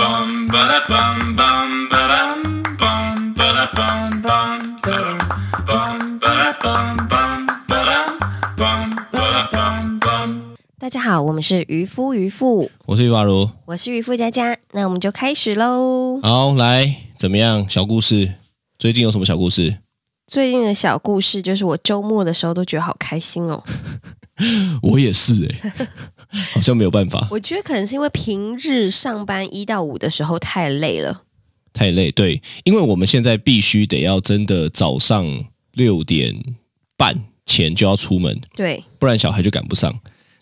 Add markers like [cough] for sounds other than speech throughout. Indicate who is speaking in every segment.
Speaker 1: bum ba da bum bum ba dum bum ba da bum bum ba dum bum ba da bum bum ba dum bum ba da bum bum.
Speaker 2: 大家好，我们是渔夫渔妇，
Speaker 3: 我是于瓦如。
Speaker 2: 我是渔夫佳佳，那我们就开始喽。
Speaker 3: 好，来怎么样？小故事，最近有什么小故事？
Speaker 2: 最近的小故事就是我周末的时候都觉得好开心 [laughs] 哦，
Speaker 3: 我也是哎、 [laughs] 好像没有办法，
Speaker 2: 我觉得可能是因为平日上班一到五的时候太累了，
Speaker 3: 太累。对，因为我们现在必须得要真的早上六点半前就要出门，
Speaker 2: 对，
Speaker 3: 不然小孩就赶不上。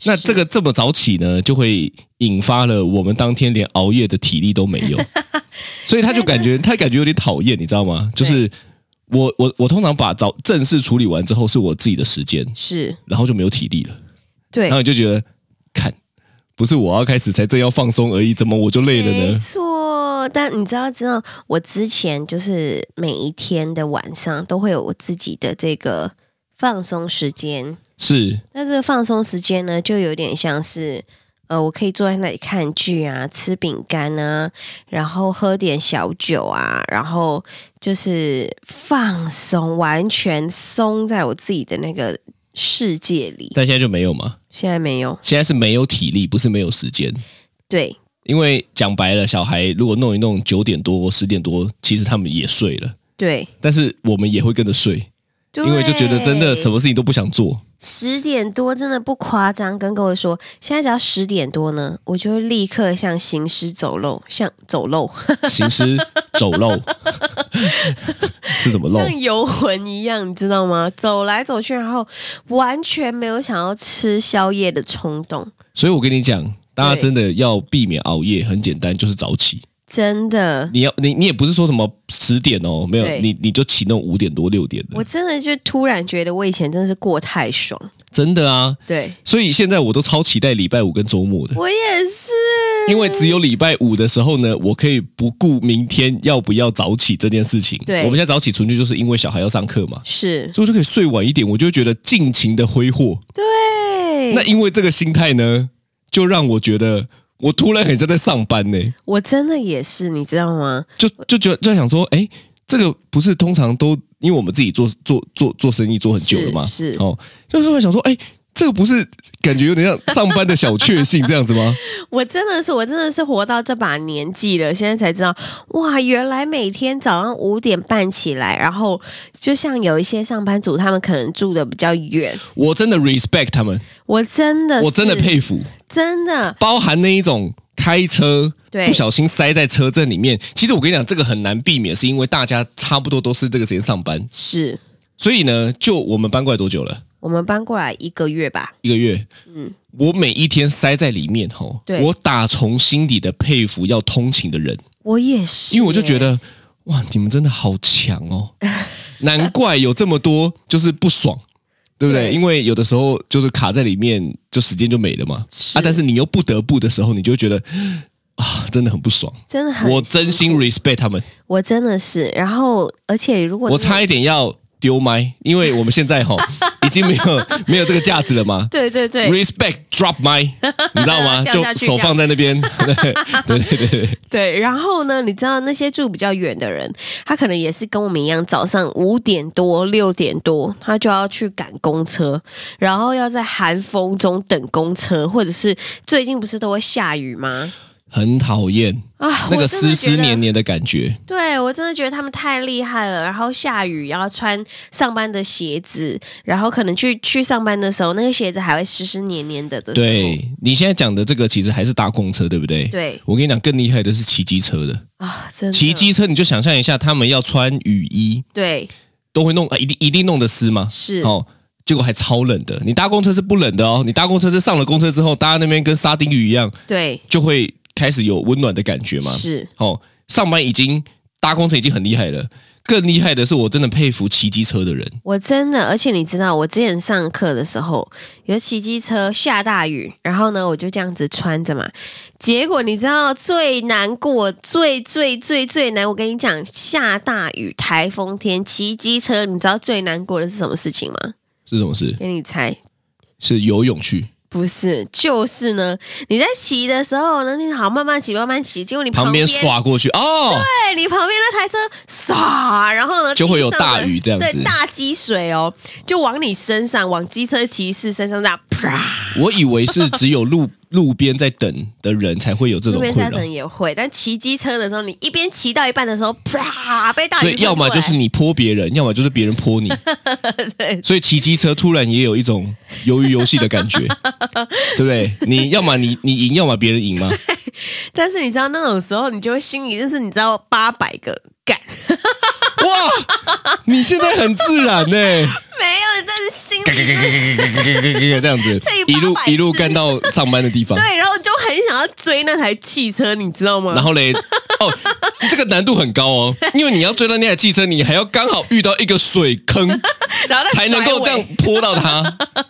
Speaker 3: 那
Speaker 2: 是
Speaker 3: 这个这么早起呢，就会引发了我们当天连熬夜的体力都没 [laughs] 有，所以他就感觉他感觉有点讨厌，你知道吗？就是我我我通常把早正事处理完之后是我自己的时间，
Speaker 2: 是
Speaker 3: 然后就没有体力了。
Speaker 2: 对
Speaker 3: 然后，你就觉得，看，不是我要开始才正要放松而已，怎么我就累了
Speaker 2: 没
Speaker 3: 呢？
Speaker 2: 错。但你知道，知道我之前就是每一天的晚上都会有我自己的这个放松时间，
Speaker 3: 是
Speaker 2: 那这个放松时间呢，就有点像是，呃，我可以坐在那里看剧啊，吃饼干啊，然后喝点小酒啊，然后就是放松，完全松在我自己的那个世界里。
Speaker 3: 但现在就没有嘛，
Speaker 2: 现在没有，
Speaker 3: 现在是没有体力，不是没有时间。
Speaker 2: 对，
Speaker 3: 因为讲白了，小孩如果弄一弄九点多、十点多，其实他们也睡了，
Speaker 2: 对，
Speaker 3: 但是我们也会跟着睡，因为就觉得真的什么事情都不想
Speaker 2: [laughs]
Speaker 3: 做。
Speaker 2: 十点多真的不夸张，跟各位说，现在只要十点多呢，我就会立刻像行尸走肉，像走肉，
Speaker 3: 行尸走肉是怎么漏？
Speaker 2: 像游魂一样，你知道吗？ [laughs] 走来走去，然后完全没有想要吃宵夜的冲动，
Speaker 3: 所以我跟你讲，大家
Speaker 2: 对
Speaker 3: 真的要避免熬夜，很简单，就是早起。
Speaker 2: 真的，
Speaker 3: 你要你你也不是说什么十点哦，没有
Speaker 2: 对
Speaker 3: 你你就起那种五点多六点的
Speaker 2: 我，真的就突然觉得我以前真的是过太爽，
Speaker 3: 真的啊。
Speaker 2: 对
Speaker 3: 所以现在我都超期待礼拜五跟周末的，
Speaker 2: 我也是，
Speaker 3: 因为只有礼拜五的时候呢，我可以不顾明天要不要早起这件事情。
Speaker 2: 对
Speaker 3: 我们现在早起纯粹就是因为小孩要上课嘛，
Speaker 2: 是
Speaker 3: 所以我就可以睡晚一点，我就会觉得尽情的挥霍。
Speaker 2: 对，
Speaker 3: 那因为这个心态呢，就让我觉得我突然很像在上班呢、
Speaker 2: 我真的也是，你知道吗？
Speaker 3: 就就觉得就在想说，哎，这个不是通常都因为我们自己做做做做生意做很久了嘛，
Speaker 2: 是是
Speaker 3: 哦，就是突然想说，哎，这个不是感觉有点像上班的小确幸这样子吗？
Speaker 2: 我真的是，我真的是活到这把年纪了，现在才知道，哇，原来每天早上五点半起来，然后就像有一些上班族，他们可能住的比较远，
Speaker 3: 我真的 respect 他们，
Speaker 2: 我真的，
Speaker 3: 我真的，佩服，
Speaker 2: 真的，
Speaker 3: 包含那一种开车
Speaker 2: 对
Speaker 3: 不小心塞在车阵里面。其实我跟你讲，这个很难避免，是因为大家差不多都是这个时间上班，
Speaker 2: 是
Speaker 3: 所以呢，就我们搬过来多久了？
Speaker 2: 我们搬过来一个月吧，
Speaker 3: 一个月，
Speaker 2: 嗯
Speaker 3: 我每一天塞在里面吼，
Speaker 2: 对
Speaker 3: 我打从心底的佩服要通勤的人。
Speaker 2: 我也是耶，
Speaker 3: 因为我就觉得，哇，你们真的好强
Speaker 2: [laughs]
Speaker 3: 哦，难怪有这么多就是不爽，对不对？
Speaker 2: 对
Speaker 3: 因为有的时候就是卡在里面，就时间就没了嘛。
Speaker 2: 是
Speaker 3: 啊，但是你又不得不的时候，你就会觉得啊，真的很不爽。
Speaker 2: 真的很，
Speaker 3: 我真心 respect 他们，
Speaker 2: 我真的是，然后而且如果
Speaker 3: 我
Speaker 2: 你有
Speaker 3: 差一点要丢麦，因为我们
Speaker 2: [laughs]
Speaker 3: 现在哈已经没有没有这个价值了嘛。
Speaker 2: 对对对
Speaker 3: Respect drop my，你知道
Speaker 2: [laughs]
Speaker 3: 吗？
Speaker 2: 掉下去
Speaker 3: 就手放在那边， [laughs] 对对对对对，
Speaker 2: 对，然后呢，你知道那些住比较远的人，他可能也是跟我们一样，早上五点多、六点多，他就要去赶公车，然后要在寒风中等公车，或者是最近不是都会下雨吗？
Speaker 3: 很讨厌
Speaker 2: 啊，
Speaker 3: 那
Speaker 2: [laughs] 我
Speaker 3: 个
Speaker 2: 真的
Speaker 3: 湿
Speaker 2: 觉
Speaker 3: 湿
Speaker 2: 得
Speaker 3: 黏，黏的感觉。
Speaker 2: 对我真的觉得他们太厉害了。然后下雨，然后穿上班的鞋子，然后可能去去上班的时候，那个鞋子还会湿湿黏黏的的时候，
Speaker 3: 对你现在讲的这个，其实还是搭公车，对不对？
Speaker 2: 对
Speaker 3: 我跟你讲，更厉害的是骑机车的。
Speaker 2: 啊，真的
Speaker 3: 骑机车，你就想象一下，他们要穿雨衣，
Speaker 2: 对
Speaker 3: 都会弄，啊一定一定弄得湿吗？
Speaker 2: 是
Speaker 3: 哦，结果还超冷的。你搭公车是不冷的哦，你搭公车是上了公车之后，搭那边跟沙丁鱼一样，
Speaker 2: 对
Speaker 3: 就会开始有温暖的感觉嘛。
Speaker 2: 是
Speaker 3: 哦，上班已经搭公车已经很厉害了，更厉害的是，我真的佩服骑机车的人。
Speaker 2: 我真的，而且你知道，我之前上课的时候，有骑机车下大雨，然后呢，我就这样子穿着嘛。结果你知道最难过、最最最最难，我跟你讲，下大雨、台风天骑机车，你知道最难过的是什么事情吗？
Speaker 3: 是什么事？
Speaker 2: 给你猜，
Speaker 3: 是游泳去
Speaker 2: 不是，就是呢，你在骑的时候呢，你好慢慢骑，慢慢骑，结果你
Speaker 3: 旁
Speaker 2: 边
Speaker 3: 边，刷过去哦，
Speaker 2: 对你旁边那台车唰，然后呢
Speaker 3: 就会有
Speaker 2: 地上的
Speaker 3: 大雨这样子
Speaker 2: 对，大积水哦，就往你身上，往机车骑士身上这样啪，
Speaker 3: 我以为是只有路路边在等的人才会啊有这
Speaker 2: 路
Speaker 3: 种
Speaker 2: 边
Speaker 3: 困
Speaker 2: 三
Speaker 3: 扰，
Speaker 2: 人也会，但骑机车的时候，你一边骑到一半的时候，啪，被大雨
Speaker 3: 所
Speaker 2: 喷
Speaker 3: 以
Speaker 2: 过来，
Speaker 3: 要么就是你泼别人， [laughs] 要么就是别人泼你。
Speaker 2: 对
Speaker 3: 所以骑机车突然也有一种鱿鱼游戏的
Speaker 2: [laughs]
Speaker 3: 感觉，对不对？你要么你你赢，要么别
Speaker 2: [laughs]
Speaker 3: 人赢嘛。
Speaker 2: 但是你知道那种时候，你就会心里就是你知道八百个干， [laughs]
Speaker 3: 哇，你现在很自然呢、 [laughs]
Speaker 2: 没有，但是心
Speaker 3: 嘎嘎嘎
Speaker 2: 里
Speaker 3: 嘎嘎嘎嘎嘎嘎这样子
Speaker 2: 乘以，
Speaker 3: 一路
Speaker 2: 800
Speaker 3: 一路干到上班的地方。
Speaker 2: 对，然后就很想要追那台汽车，你知道吗？
Speaker 3: 然后嘞，哦，这个难度很高哦，因为你要追到那台汽车，你还要刚好遇到一个水坑，
Speaker 2: 然 [laughs] 后再
Speaker 3: 才能
Speaker 2: 甩
Speaker 3: 够
Speaker 2: 尾
Speaker 3: 这样泼到它。 [laughs]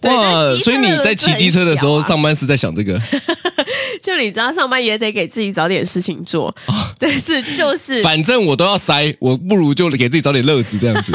Speaker 2: 对但
Speaker 3: 哇，
Speaker 2: 机车
Speaker 3: 所以你在骑机车的时候，
Speaker 2: 很小啊
Speaker 3: 上班是在想这个，
Speaker 2: 就你知道，上班也得给自己找点事情做，但是就是
Speaker 3: 哦反正我都要塞，我不如就给自己找点乐子这
Speaker 2: [laughs]
Speaker 3: 样子。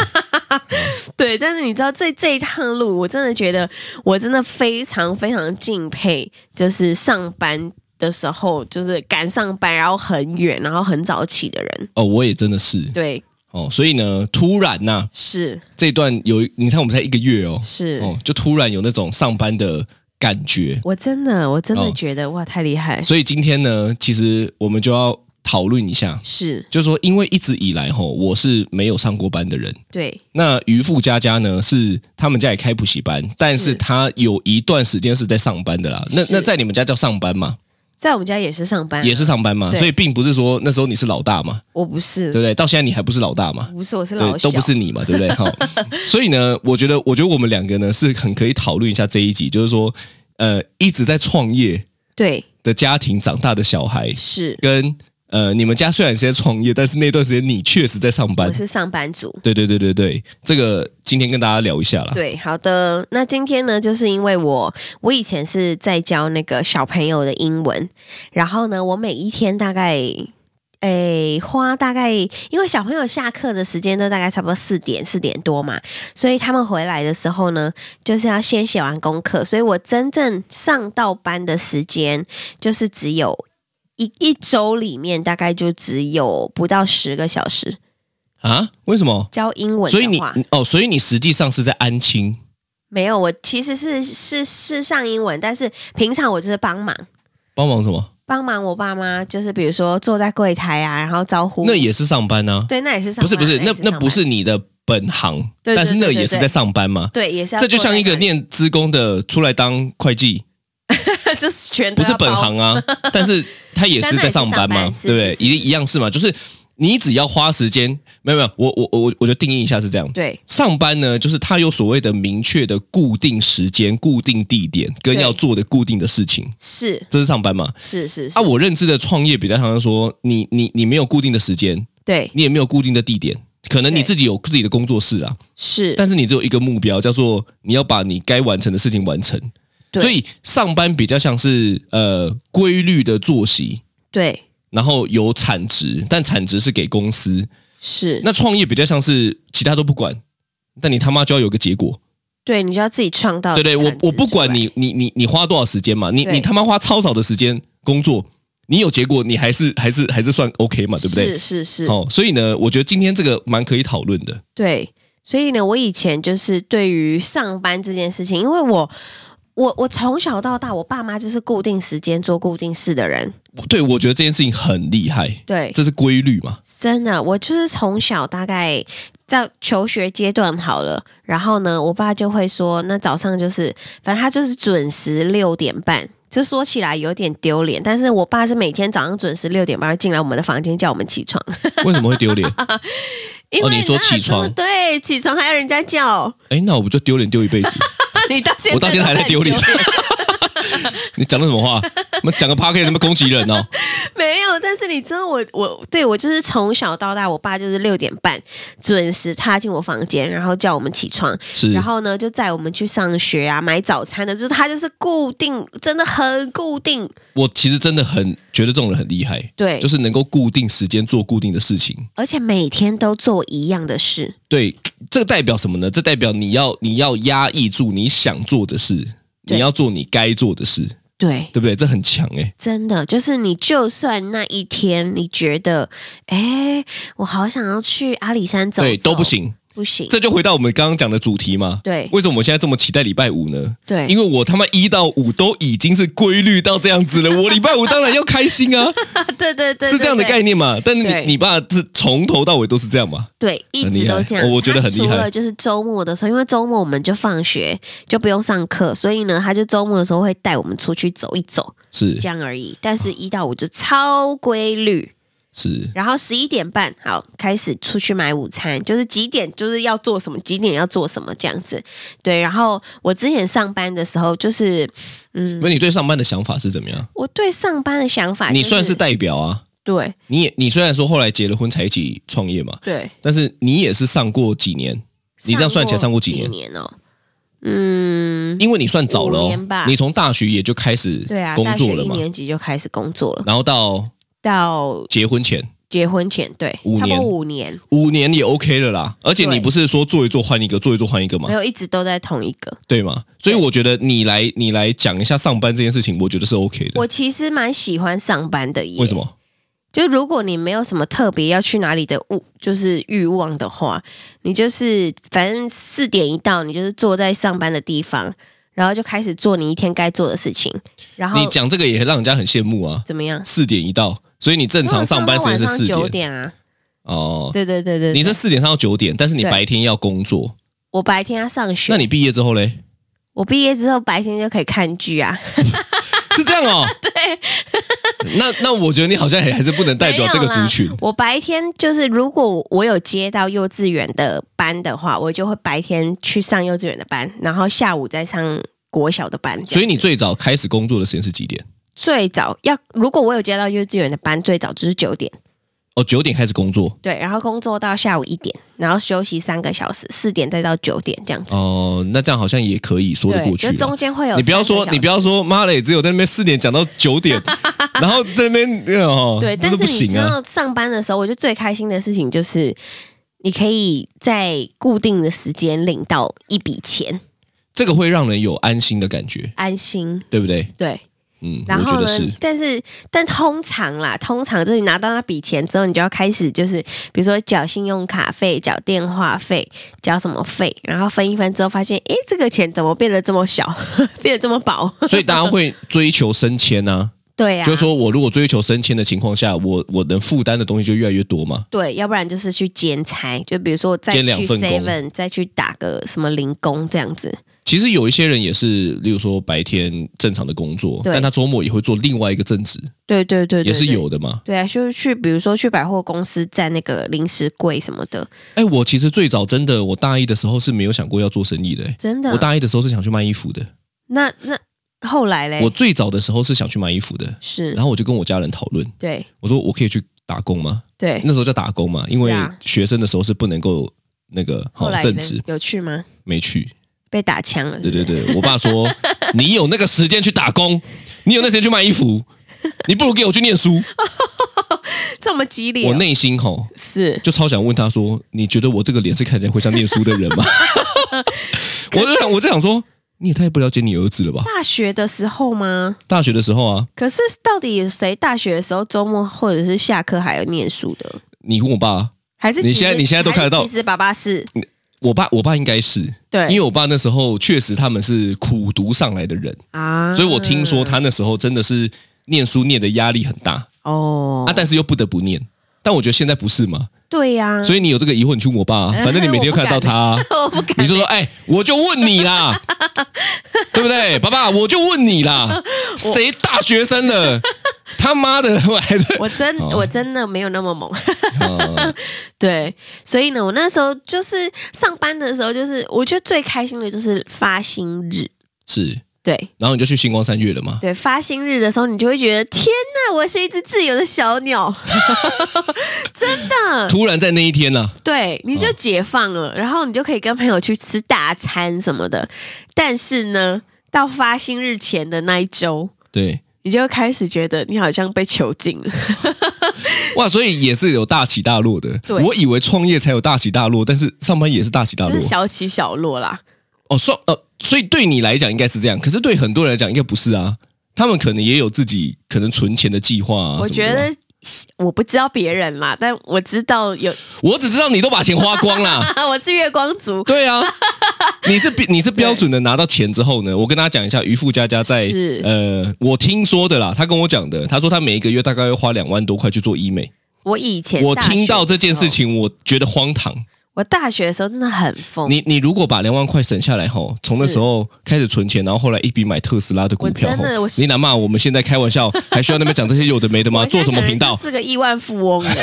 Speaker 2: 对，但是你知道这这一趟路，我真的觉得我真的非常非常敬佩，就是上班的时候，就是赶上班，然后很远，然后很早起的人，
Speaker 3: 哦，我也真的是
Speaker 2: 对，
Speaker 3: 哦，所以呢，突然呐、
Speaker 2: 是
Speaker 3: 这段有你看我们才一个月哦，
Speaker 2: 是。
Speaker 3: 哦，就突然有那种上班的感觉。
Speaker 2: 我真的，我真的
Speaker 3: 哦
Speaker 2: 觉得、哇，太厉害！
Speaker 3: 所以今天呢，其实我们就要讨论一下，
Speaker 2: 是
Speaker 3: 就是说，因为一直以来吼、我是没有上过班的人。
Speaker 2: 对，
Speaker 3: 那渔夫佳佳呢，是他们家也开补习班，但是他有一段时间是在上班的啦。那
Speaker 2: 是
Speaker 3: 那在你们家叫上班吗？
Speaker 2: 在我们家也是上班啊、
Speaker 3: 也是上班吗？
Speaker 2: 对
Speaker 3: 所以并不是说那时候你是老大嘛，
Speaker 2: 我不是，
Speaker 3: 对不对？到现在你还不是老大嘛？
Speaker 2: 不是，我是老
Speaker 3: 对，
Speaker 2: 小，
Speaker 3: 都不是你嘛，对不对？
Speaker 2: [laughs]
Speaker 3: 好，所以呢，我觉得，我觉得我们两个呢是很可以讨论一下这一集，就是说，呃，一直在创业
Speaker 2: 对，
Speaker 3: 的家庭长大的小孩，
Speaker 2: 是
Speaker 3: 跟呃，你们家虽然是在创业，但是那段时间你确实在上班
Speaker 2: 我，是上班族。
Speaker 3: 对对对对对，这个今天跟大家聊一下 [laughs] 啦。
Speaker 2: 对，好的。那今天呢，就是因为我我以前是在教那个小朋友的英文，然后呢，我每一天大概诶花大概，因为小朋友下课的时间都大概差不多四点四点多嘛，所以他们回来的时候呢，就是要先写完功课，所以我真正上到班的时间就是只有。一一周里面大概就只有不到十个小时
Speaker 3: 啊？为什么？
Speaker 2: 教英文
Speaker 3: 所以
Speaker 2: 的
Speaker 3: 你
Speaker 2: 话，
Speaker 3: 哦，所以你实际上是在安亲
Speaker 2: 没有，我其实是是是上英文，但是平常我就是帮忙
Speaker 3: 帮忙什么？
Speaker 2: 帮忙我爸妈，就是比如说坐在柜台啊，然后招呼。
Speaker 3: 那也是上班呢、
Speaker 2: 对，那也是上
Speaker 3: 不是
Speaker 2: 班啊
Speaker 3: 不是，那
Speaker 2: 也上
Speaker 3: 那
Speaker 2: 班
Speaker 3: 不是你的本行，
Speaker 2: 对对
Speaker 3: 但是那
Speaker 2: 对对
Speaker 3: 也是
Speaker 2: 对
Speaker 3: 在上班吗？
Speaker 2: 对，也是要
Speaker 3: 这就像一个
Speaker 2: 坐在
Speaker 3: 念职工的出来当会计，
Speaker 2: 那里， [laughs] 就是全都
Speaker 3: 不是
Speaker 2: 要
Speaker 3: 本
Speaker 2: 包
Speaker 3: 行啊， [laughs] 但是他也是在上班嘛，
Speaker 2: [laughs] 但他也是上班
Speaker 3: 对不对？
Speaker 2: 是是是
Speaker 3: 一一样是嘛，就是你只要花时间，没有没有，我我我我就定义一下是这样。
Speaker 2: 对
Speaker 3: 上班呢，就是他有所谓的明确的固定时间、固定地点跟
Speaker 2: 对
Speaker 3: 要做的固定的事情，
Speaker 2: 是
Speaker 3: 这是上班嘛？
Speaker 2: 是是是、
Speaker 3: 啊，我认知的创业比较常常说，你你你没有固定的时间，
Speaker 2: 对
Speaker 3: 你也没有固定的地点，可能你
Speaker 2: 对
Speaker 3: 自己有自己的工作室啊，
Speaker 2: 是，
Speaker 3: 但是你只有一个目标，叫做你要把你该完成的事情完成。
Speaker 2: 对
Speaker 3: 所以上班比较像是呃规律的作息，
Speaker 2: 对
Speaker 3: 然后有产值，但产值是给公司。
Speaker 2: 是，
Speaker 3: 那创业比较像是其他都不管，但你他妈就要有个结果，
Speaker 2: 对你就要自己创造
Speaker 3: 对
Speaker 2: 哦产值出来。
Speaker 3: 不对？我我不管你你你你花多少时间嘛，你
Speaker 2: 对
Speaker 3: 你他妈花超少的时间工作，你有结果，你还是还是还是算 OK 嘛，对不对？
Speaker 2: 是是是，
Speaker 3: 好、哦所以呢，我觉得今天这个蛮可以讨论的。
Speaker 2: 对，所以呢，我以前就是对于上班这件事情，因为我我我从小到大，我爸妈就是固定时间做固定事的人，
Speaker 3: 对，我觉得这件事情很厉害，
Speaker 2: 对，
Speaker 3: 这是规律嘛。
Speaker 2: 真的，我就是从小大概在求学阶段好了，然后呢，我爸就会说，那早上就是，反正他就是准时六点半。这说起来有点丢脸，但是我爸是每天早上准时六点半会进来我们的房间叫我们起床，
Speaker 3: 为什么会丢
Speaker 2: [laughs]
Speaker 3: 脸？
Speaker 2: 因
Speaker 3: 哦
Speaker 2: 为
Speaker 3: 你
Speaker 2: 哪
Speaker 3: 说
Speaker 2: 有
Speaker 3: 起
Speaker 2: 这么
Speaker 3: 床
Speaker 2: 对，起床还要人家叫， [laughs]
Speaker 3: 哎，那我不就丢脸丢一辈子？
Speaker 2: 你到现在
Speaker 3: 我到现在还在
Speaker 2: 都
Speaker 3: 丢脸
Speaker 2: 很。
Speaker 3: [laughs] 你讲的什么话？我讲个 p a r k 什么攻击人哦？
Speaker 2: [laughs] 没有，但是你知道我我对我就是从小到大，我爸就是六点半准时踏进我房间，然后叫我们起床，
Speaker 3: 是，
Speaker 2: 然后呢就载我们去上学啊，买早餐的，就是他就是固定，真的很固定。
Speaker 3: 我其实真的很觉得这种人很厉害，
Speaker 2: 对，
Speaker 3: 就是能够固定时间做固定的事情。
Speaker 2: 而且每天都做一样的事，
Speaker 3: 对，这个代表什么呢？这代表你要你要压抑住你想做的事，
Speaker 2: 对
Speaker 3: 你要做你该做的事，
Speaker 2: 对，
Speaker 3: 对不对？这很强哎、
Speaker 2: 真的就是你，就算那一天你觉得，哎，我好想要去阿里山走，
Speaker 3: 对，都不
Speaker 2: 走，
Speaker 3: 行。
Speaker 2: 不行，
Speaker 3: 这就回到我们刚刚讲的主题嘛。
Speaker 2: 对
Speaker 3: 为什么我现在这么期待礼拜五呢？
Speaker 2: 对
Speaker 3: 因为我他妈一到五都已经是规律到这样
Speaker 2: [laughs]
Speaker 3: 子了，我礼拜五当然要开心啊，
Speaker 2: 对对对，
Speaker 3: 是这样的
Speaker 2: 对
Speaker 3: 概。念嘛。但是
Speaker 2: 对
Speaker 3: 你你爸是从头到尾都是这样嘛？
Speaker 2: 对，一
Speaker 3: 很
Speaker 2: 直
Speaker 3: 厉
Speaker 2: 都
Speaker 3: 害
Speaker 2: 这样。
Speaker 3: 我我觉得
Speaker 2: 他
Speaker 3: 很厉
Speaker 2: 除
Speaker 3: 害
Speaker 2: 了就是周末的时候，因为周末我们就放学，就不用上课，所以呢，他就周末的时候会带我们出去走一走，
Speaker 3: 是
Speaker 2: 这样而已。但
Speaker 3: 哦
Speaker 2: 是，一到五就超规律。
Speaker 3: 是，
Speaker 2: 然后十一点半，好，开始出去买午餐，就是几点就是要做什么，几点要做什么这样子。对，然后我之前上班的时候，就是嗯
Speaker 3: 那你对上班的想法是怎么样？
Speaker 2: 我对上班的想法、
Speaker 3: 你算是代表啊。
Speaker 2: 对
Speaker 3: 你也你虽然说后来结了婚才一起创业嘛，
Speaker 2: 对，
Speaker 3: 但是你也是上过几年，你这样算起来上过几
Speaker 2: 年？
Speaker 3: 年？
Speaker 2: 哦，嗯，
Speaker 3: 因为你算早了
Speaker 2: 五年吧
Speaker 3: 哦，你从大学也就开始
Speaker 2: 对啊，
Speaker 3: 工
Speaker 2: 大学
Speaker 3: 作了
Speaker 2: 一
Speaker 3: 嘛，
Speaker 2: 年级就开始工作了。
Speaker 3: 然后到
Speaker 2: 到
Speaker 3: 结婚前
Speaker 2: 结婚前，对，
Speaker 3: 五
Speaker 2: 差不多
Speaker 3: 年
Speaker 2: 五年，
Speaker 3: 五年也 OK 了啦。而且
Speaker 2: 对
Speaker 3: 你不是说做一做换一个，做一做换一个嘛
Speaker 2: 没，有一直都在同一个。
Speaker 3: 对吗？所以我觉得你来你来讲一下上班这件事情，我觉得是 OK 的
Speaker 2: 我。其实蛮喜欢上班的耶，
Speaker 3: 为什？么？
Speaker 2: 就如果你没有什么特别要去哪里的物，就是欲望的话，你就是反正四点一到，你就是坐在上班的地方，然后就开始做你一天该做的事情，然后
Speaker 3: 你讲这个也让人家很羡慕啊。
Speaker 2: 怎么样？
Speaker 3: 四点一到，所以你正常上班时间是四
Speaker 2: 九
Speaker 3: 点
Speaker 2: 点啊，
Speaker 3: 哦。
Speaker 2: 对对对对，
Speaker 3: 你
Speaker 2: 对
Speaker 3: 是四点上到九点，但是你
Speaker 2: 对
Speaker 3: 白天要工作。
Speaker 2: 我白天要上学，
Speaker 3: 那你毕业之
Speaker 2: [laughs]
Speaker 3: 后嘞？
Speaker 2: 我毕业之后白天就可以看剧啊，
Speaker 3: 是这样哦。对。那那我觉得你好像也还是不能代表这个族群
Speaker 2: 没有啦。我白天就是，如果我有接到幼稚园的班的话，我就会白天去上幼稚园的班，然后下午再上国小的班。
Speaker 3: 所以你最早开始工作的时间是几点？
Speaker 2: 最早要，如果我有接到幼稚园的班，最早就是九点，
Speaker 3: 哦，九点开始工作。
Speaker 2: 对，然后工作到下午一点，然后休息三个小时，四点再到九点这样子。
Speaker 3: 哦，那这样好像也可以说得
Speaker 2: 对，
Speaker 3: 过去
Speaker 2: 就
Speaker 3: 啦。
Speaker 2: 中间会有
Speaker 3: 你不要说，
Speaker 2: 三个小时
Speaker 3: 你不要说，妈嘞，只有在那边四点讲到九
Speaker 2: [laughs]
Speaker 3: 点，然后在那边哦，
Speaker 2: 对，但是
Speaker 3: 那不
Speaker 2: 你知
Speaker 3: 行啊。
Speaker 2: 道上班的时候，我就最开心的事情就是。你可以在固定的时间领到一笔钱，
Speaker 3: 这个会让人有安心的感觉，
Speaker 2: 安心。
Speaker 3: 对不对？
Speaker 2: 对，
Speaker 3: 嗯，
Speaker 2: 然
Speaker 3: 我觉
Speaker 2: 后
Speaker 3: 得
Speaker 2: 呢？ [laughs]
Speaker 3: 是。
Speaker 2: 但是，但通常啦，通常就是你拿到那笔钱之后，你就要开始就是，比如说缴信用卡费、缴电话费、缴什么费，然后分一分之后，发现，诶，这个钱怎么变得这么小， [laughs] 变得这么薄？ [laughs]
Speaker 3: 所以大家会追求升迁啊，
Speaker 2: 对呀、
Speaker 3: 就是说我如果追求升迁的情况下，我我能负担的东西就越来越多嘛。
Speaker 2: 对，要不然就是去兼差，就比如说我再去
Speaker 3: 兼两份工
Speaker 2: Seven，再去打个什么零工这样子。
Speaker 3: 其实有一些人也是，例如说白天正常的工作，
Speaker 2: 对
Speaker 3: 但他周末也会做另外一个正职，
Speaker 2: 对对对对
Speaker 3: 也是
Speaker 2: 对
Speaker 3: 有的嘛。
Speaker 2: 对啊，就是去比如说去百货公司站那个零食柜什么的，
Speaker 3: 哎，我其实最早真的，我大一的时候是没有想过要做生意的、哎
Speaker 2: 真的。啊
Speaker 3: 我大一的时候是想去卖衣服的，
Speaker 2: 那那后来嘞
Speaker 3: 我，最早的时候是想去卖衣服的，
Speaker 2: 是
Speaker 3: 然后我就跟我家人讨论，
Speaker 2: 对
Speaker 3: 我说我可以去打工吗？
Speaker 2: 对。
Speaker 3: 那时候叫打工嘛，因为
Speaker 2: 是啊
Speaker 3: 学生的时候是不能够那个
Speaker 2: 后
Speaker 3: 好
Speaker 2: 来呢
Speaker 3: 正职，
Speaker 2: 有去吗？
Speaker 3: 没去。
Speaker 2: 被打枪了是
Speaker 3: 对
Speaker 2: 不是
Speaker 3: 对对，我
Speaker 2: [laughs]
Speaker 3: 爸说你有那个时间去打工，你有那时间去卖衣服，你不如给我去念书。
Speaker 2: 这么激烈哦、
Speaker 3: 我内心吼
Speaker 2: 是
Speaker 3: 就超想问他说，你觉得我这个脸是看起来会像念书的人吗？ [laughs] 我就想，我就想说，你也太不了解你儿子了吧？
Speaker 2: 大学的时候吗？
Speaker 3: 大学的时候啊，
Speaker 2: 可是到底有谁大学的时候周末或者是下课还有念书的？
Speaker 3: 你问我爸，
Speaker 2: 还是
Speaker 3: 你
Speaker 2: 其实
Speaker 3: 现在你现在都看得到
Speaker 2: 还是其实爸爸是
Speaker 3: 我爸，我爸应该是，
Speaker 2: 对，
Speaker 3: 因为我爸那时候确实他们是苦读上来的人，
Speaker 2: 啊，
Speaker 3: 所以我听说他那时候真的是念书念的压力很大
Speaker 2: 哦
Speaker 3: 啊，，但是又不得不念。但我觉得现在不是嘛，
Speaker 2: 对呀、
Speaker 3: 所以你有这个疑惑，你去问我爸啊，反正你每天都看得到他啊、
Speaker 2: 嗯 [laughs] 我不敢
Speaker 3: 你就说，哎，我就问你
Speaker 2: [laughs]
Speaker 3: 啦，对不对，爸爸？我就问你啦，谁大学
Speaker 2: [laughs]
Speaker 3: 生了？他妈的，我还在
Speaker 2: 我真、
Speaker 3: 哦
Speaker 2: 我真的没有那么猛，
Speaker 3: 哦
Speaker 2: [laughs] 对，所以呢，我那时候就是上班的时候，就是我觉得最开心的就是发薪日，
Speaker 3: 是，
Speaker 2: 对，
Speaker 3: 然后你就去星光三月了嘛？
Speaker 2: 对，发薪日的时候，你就会觉得天呐，我是一只自由的小鸟，真的，
Speaker 3: 突然在那一天啊呢、
Speaker 2: 对，你
Speaker 3: 嗯
Speaker 2: 就解放了，然后你就可以跟朋友去吃大餐什么的。但是呢，到发薪日前的那一周，
Speaker 3: 对，
Speaker 2: 你就开始觉得你好像被囚禁了，
Speaker 3: 哇，所以也是有大起大落的。
Speaker 2: 对
Speaker 3: 我以为创业才有大起大落，但是上班也是大起大
Speaker 2: 就
Speaker 3: 落
Speaker 2: 是。小起小落啦。
Speaker 3: 哦，算呃，所以对你来讲应该是这样，可是对很多人来讲应该不是啊。他们可能也有自己可能存钱的计划啊。
Speaker 2: 我
Speaker 3: 什么
Speaker 2: 觉
Speaker 3: 的吧，
Speaker 2: 得我不知道别人啦，但我知道有， [laughs] 啊
Speaker 3: 我只知道你都把钱花光啦。
Speaker 2: 我是月光族，
Speaker 3: 对啊，你是你是标准的拿到钱之后呢，我跟大家讲一下，渔夫佳佳在
Speaker 2: 是
Speaker 3: 呃，我听说的啦，他跟我讲的，他说他每一个月大概会花两万多块去做医美。
Speaker 2: 我以前
Speaker 3: 我
Speaker 2: 大学
Speaker 3: 听到这件事
Speaker 2: 的时候，
Speaker 3: 情，我觉得荒唐。
Speaker 2: 我大学的时候真的很疯，
Speaker 3: 你你如果把两万块省下来吼，从那时候开始存钱，然后后来一笔买特斯拉的股票
Speaker 2: 我
Speaker 3: 吼
Speaker 2: 真的我，
Speaker 3: 你哪骂我们现在开
Speaker 2: [laughs]
Speaker 3: 玩笑，还需要那边讲这些有的没的吗？
Speaker 2: 我现
Speaker 3: 做
Speaker 2: 在
Speaker 3: 什么
Speaker 2: 可能
Speaker 3: 频道
Speaker 2: 就？是个亿万富翁了耶，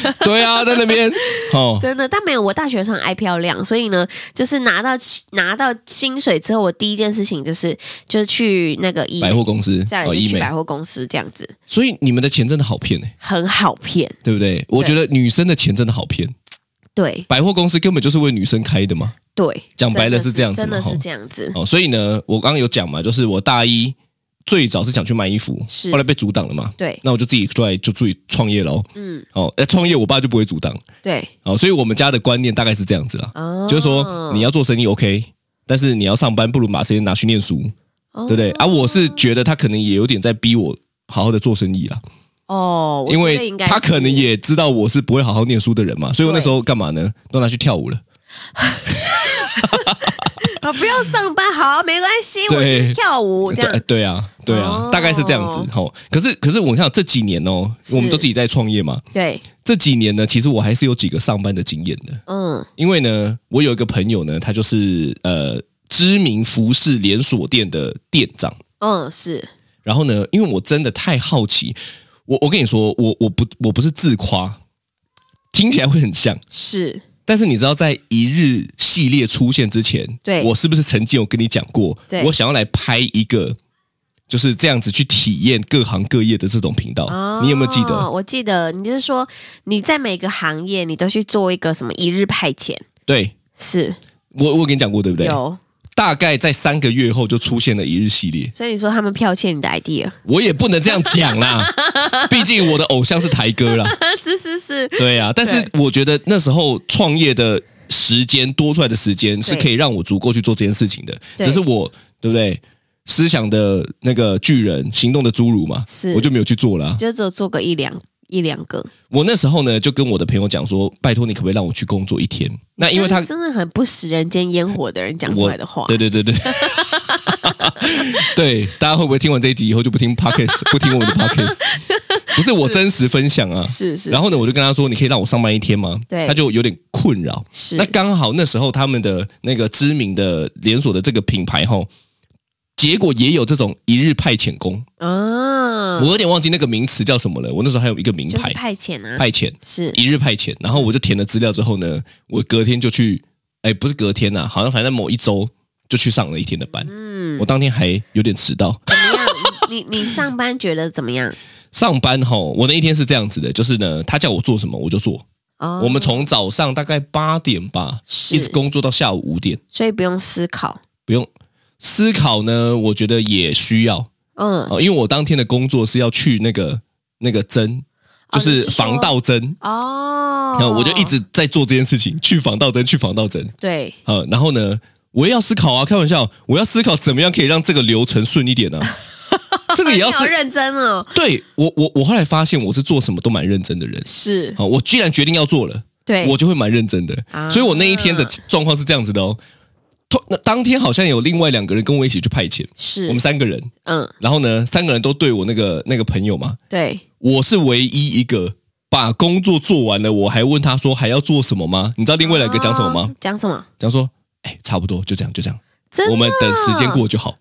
Speaker 3: [laughs] 对啊，在那
Speaker 2: [laughs]
Speaker 3: 边哦，
Speaker 2: 真的。但没有，我大学上爱漂亮，所以呢，就是拿到拿到薪水之后，我第一件事情就是就是去那个医美
Speaker 3: 百货公司
Speaker 2: 再来就
Speaker 3: 哦，医
Speaker 2: 去
Speaker 3: 美
Speaker 2: 百，货公司这样子，
Speaker 3: 所以你们的钱真的好骗哎、
Speaker 2: 很好骗。
Speaker 3: 对不对？我觉得女生的钱真的好骗，
Speaker 2: 对
Speaker 3: 百货公司根本就是为女生开的
Speaker 2: [laughs]
Speaker 3: 嘛。
Speaker 2: 对，
Speaker 3: 讲白
Speaker 2: 真
Speaker 3: 了
Speaker 2: 的
Speaker 3: 是这样子
Speaker 2: 真的
Speaker 3: 嘛
Speaker 2: 是
Speaker 3: 吼
Speaker 2: 这样子。
Speaker 3: 哦，所以呢，我刚刚有讲嘛，就是我大一最早是想去卖衣服，
Speaker 2: 是
Speaker 3: 后来被阻挡了嘛，
Speaker 2: 对，
Speaker 3: 那我就自己出来就自己创业喽。
Speaker 2: 嗯，
Speaker 3: 哦，那创业我爸就不会阻挡。
Speaker 2: 对，
Speaker 3: 哦，所以我们家的观念大概是这样子啦，
Speaker 2: 哦
Speaker 3: 就是说你要做生意 OK，但是你要上班，不如把时间拿去念书，
Speaker 2: 哦
Speaker 3: 对不对？啊，我是觉得他可能也有点在逼我好好的做生意啦，
Speaker 2: 哦，我
Speaker 3: 因
Speaker 2: 觉得
Speaker 3: 为
Speaker 2: 应该
Speaker 3: 他可能
Speaker 2: 是
Speaker 3: 也知道我是不会好好念书的人嘛，所以我那时候干嘛呢？都拿去跳舞了。
Speaker 2: 啊，不要上班，好，没关系，我
Speaker 3: 对
Speaker 2: 去跳舞这
Speaker 3: 对
Speaker 2: 样。
Speaker 3: 对啊，对啊
Speaker 2: 哦，
Speaker 3: 大概是这样子。好，可是可是我想这几年哦，
Speaker 2: 是
Speaker 3: 我们都自己在创业嘛，
Speaker 2: 对，
Speaker 3: 这几年呢，其实我还是有几个上班的经验的。
Speaker 2: 嗯，
Speaker 3: 因为呢，我有一个朋友呢，他就是呃知名服饰连锁店的店长。
Speaker 2: 嗯，是
Speaker 3: 然后呢，因为我真的太好奇，我我跟你说，我我不我不是自夸，听起来会很像，
Speaker 2: 是，
Speaker 3: 但是你知道，在一日系列出现之前，
Speaker 2: 对
Speaker 3: 我是不是曾经有跟你讲过
Speaker 2: 对，
Speaker 3: 我想要来拍一个就是这样子去体验各行各业的这种频道，
Speaker 2: 哦，
Speaker 3: 你有没有记得？
Speaker 2: 我记得，你就是说你在每个行业你都去做一个什么一日派遣，
Speaker 3: 对
Speaker 2: 是
Speaker 3: 我我跟你讲过对不对？
Speaker 2: 有，
Speaker 3: 大概在三个月后就出现了一日系列。
Speaker 2: 所以你说他们剽窃你的 idea， [laughs]
Speaker 3: 我也不能这样讲啦，毕竟我的偶像是台哥啦。
Speaker 2: 是是是，
Speaker 3: [laughs] 对啊，但是我觉得那时候创业的时间多出来的时间是可以让我足够去做这件事情的，
Speaker 2: 对
Speaker 3: 只是我对不对？思想的那个巨人，行动的侏儒嘛，
Speaker 2: 是
Speaker 3: 我就没有去做啦。
Speaker 2: 就只有做个一两一两个，
Speaker 3: 我那时候呢，就跟我的朋友讲说，拜托你可不可以让我去工作一天？那因为他
Speaker 2: 真的真的很不食人间烟火的人讲出
Speaker 3: 我
Speaker 2: 来的话，
Speaker 3: [laughs] 对对对对，对，大家会不会听完这一集以后就不听
Speaker 2: [laughs]
Speaker 3: podcast，不听我们的 podcast？不是我真实分享啊，
Speaker 2: 是是，
Speaker 3: 然后呢，我就跟他说：“你可以让我上班一天吗？”
Speaker 2: 对
Speaker 3: 他就有点困扰。
Speaker 2: 是
Speaker 3: 那刚好那时候他们的那个知名的连锁的这个品牌吼，结果也有这种一日派遣工，
Speaker 2: 啊，
Speaker 3: 我有点忘记那个名词叫什么了。我那时候还有一个名
Speaker 2: 就是
Speaker 3: 牌
Speaker 2: 派遣啊，
Speaker 3: 派遣，
Speaker 2: 是
Speaker 3: 一日派遣。然后我就填了资料之后呢，我隔天就去，哎，不是隔天呐、好像反正某一周就去上了一天的班。
Speaker 2: 嗯，
Speaker 3: 我当天还有点迟到。
Speaker 2: 怎么样？你你你上班觉得怎么样？
Speaker 3: 上班吼，我那一天是这样子的，就是呢，他叫我做什么我就做。
Speaker 2: 哦，
Speaker 3: 我们从早上大概八点吧，
Speaker 2: 是
Speaker 3: 一直工作到下午五点，
Speaker 2: 所以不用思考，
Speaker 3: 不用思考呢。我觉得也需要
Speaker 2: 嗯，
Speaker 3: 哦，因为我当天的工作是要去那个那个针，
Speaker 2: 哦
Speaker 3: 就是
Speaker 2: 你是说
Speaker 3: 防盗针。
Speaker 2: 哦，
Speaker 3: 然后我就一直在做这件事情，去防盗针，去防盗针。
Speaker 2: 对
Speaker 3: 呃，然后呢，我也要思考啊，开玩笑，我要思考怎么样可以让这个流程顺一点呢、
Speaker 2: [laughs]
Speaker 3: 啊？这个也要
Speaker 2: 哎你好
Speaker 3: 是
Speaker 2: 认真哦，
Speaker 3: 对我，我我后来发现我是做什么都蛮认真的人。
Speaker 2: 是
Speaker 3: 好，我既然决定要做了，
Speaker 2: 对，
Speaker 3: 我就会蛮认真的。
Speaker 2: 啊
Speaker 3: 所以我那一天的状况是这样子的哦。突那当天好像有另外两个人跟我一起去派遣，
Speaker 2: 是
Speaker 3: 我们三个人，
Speaker 2: 嗯，
Speaker 3: 然后呢，三个人都对我那个那个朋友嘛，
Speaker 2: 对，
Speaker 3: 我是唯一一个把工作做完了，我还问他说还要做什么吗？你知道另外两个讲什么吗
Speaker 2: 哦？？讲什么？
Speaker 3: 讲说，哎，差不多就这样，就这样，
Speaker 2: 真的啊
Speaker 3: 我们等时间过就好。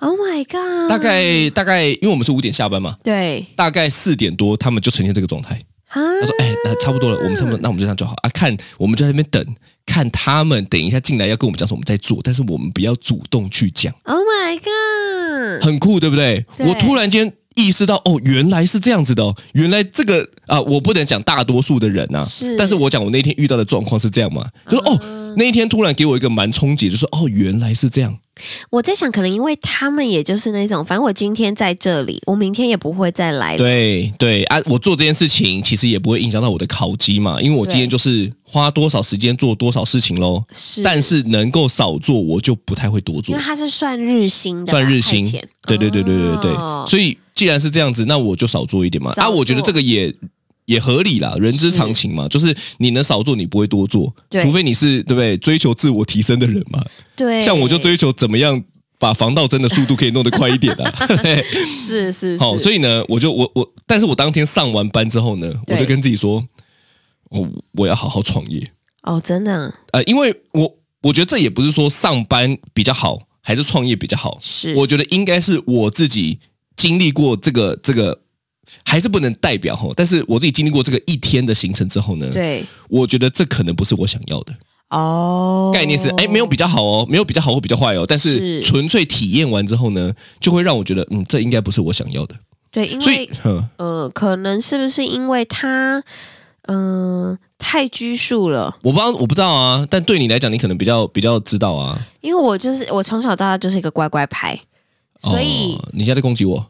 Speaker 2: ，Oh my god，
Speaker 3: 大概大概，因为我们是五点下班嘛，
Speaker 2: 对
Speaker 3: 大概四点多他们就呈现这个状态。
Speaker 2: 啊，
Speaker 3: 他说：“哎、那差不多了，我们差不多，那我们就这样就好啊。看，我们就在那边等，看他们等一下进来要跟我们讲什么，我们再做。但是我们不要主动去讲，
Speaker 2: ，Oh my god，
Speaker 3: 很酷，对不对？
Speaker 2: 对
Speaker 3: 我突然间意识到，哦，原来是这样子的哦，原来这个啊，我不能讲大多数的人啊，
Speaker 2: 是嗯
Speaker 3: 但是我讲我那天遇到的状况是这样嘛，就是、哦，那一天突然给我一个蛮冲击，就是哦，原来是这样，
Speaker 2: 我在想，可能因为他们也就是那种，反正我今天在这里，我明天也不会再来了。
Speaker 3: 对对啊，我做这件事情其实也不会影响到我的考绩嘛，因为我今天
Speaker 2: 对
Speaker 3: 就是花多少时间做多少事情喽。
Speaker 2: 是，
Speaker 3: 但是能够少做，我就不太会多
Speaker 2: 因
Speaker 3: 做
Speaker 2: 为，它是算日薪的吧，
Speaker 3: 算日薪
Speaker 2: 派遣。
Speaker 3: 对对对对对对
Speaker 2: 哦
Speaker 3: 对，所以既然是这样子，那我就少做一点嘛。
Speaker 2: 少
Speaker 3: 啊，
Speaker 2: 做
Speaker 3: 我觉得这个也。也合理啦，人之常情嘛，就是你能少做，你不会多做，
Speaker 2: 对
Speaker 3: 除非你是对不对追求自我提升的人嘛。
Speaker 2: 对，
Speaker 3: 像我就追求怎么样把防盗针的速度可以弄得快一点啊。 [laughs] 嘿
Speaker 2: [laughs] 是是
Speaker 3: 好，哦所
Speaker 2: 以
Speaker 3: 以呢，我就我我，但是我当天上完班之后呢，
Speaker 2: 对
Speaker 3: 我就跟自己说，我我要好好创业，
Speaker 2: 哦，真的
Speaker 3: 呃，因为我我觉得这也不是说上班比较好，还是创业比较好，
Speaker 2: 是
Speaker 3: 我觉得应该是我自己经历过这个这个，还是不能代表哈，但是我自己经历过这个一天的行程之后呢，
Speaker 2: 对
Speaker 3: 我觉得这可能不是我想要的。
Speaker 2: 哦，
Speaker 3: 概念是，哎，没有比较好哦，没有比较好或比较坏哦，但
Speaker 2: 是
Speaker 3: 是纯粹体验完之后呢，就会让我觉得，嗯，这应该不是我想要的，
Speaker 2: 对，因
Speaker 3: 所以
Speaker 2: 为，
Speaker 3: 哼，
Speaker 2: 呃，可能是不是因为他嗯、呃太拘束了？
Speaker 3: 我不知道，我不知道啊，但对你来讲，你可能比较比较知道啊，
Speaker 2: 因为我就是我从小到大就是一个乖乖牌，所以
Speaker 3: 哦、你现在在攻击我，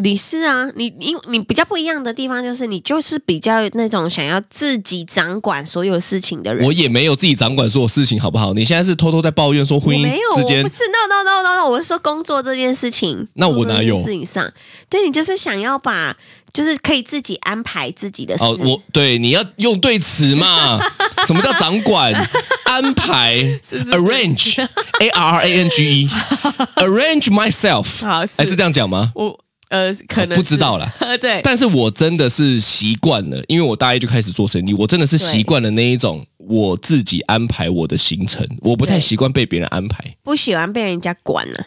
Speaker 2: 你是啊，你因你比较不一样的地方就是你就是比较那种想要自己掌管所有事情的人。
Speaker 3: 我也没有自己掌管所有事情，好不好？你现在是偷偷在抱怨说
Speaker 2: 我
Speaker 3: 婚姻
Speaker 2: 没有，
Speaker 3: 之
Speaker 2: 我
Speaker 3: 间
Speaker 2: 不是 no no no no no，我是说工作这件事情。
Speaker 3: 那我
Speaker 2: 工作
Speaker 3: 哪
Speaker 2: 这件
Speaker 3: 有
Speaker 2: 事情上，对你就是想要把，就是可以自己安排自己的事。
Speaker 3: [laughs] 哦，我对你要用对词嘛，什么叫掌管、安排、arrange a r r a n g e arrange myself，
Speaker 2: 好
Speaker 3: 哎，是这样讲吗？
Speaker 2: 我呃，可能
Speaker 3: 不知道啦
Speaker 2: 了。 [laughs]
Speaker 3: [laughs]
Speaker 2: 对，
Speaker 3: 但是我真的是习惯了，因为我大一就开始做生意，我真的是习惯了那一种我自己安排我的行程，我不太
Speaker 2: 对
Speaker 3: 习惯被别人安排。
Speaker 2: 不喜欢被人家管
Speaker 3: [laughs]
Speaker 2: 了。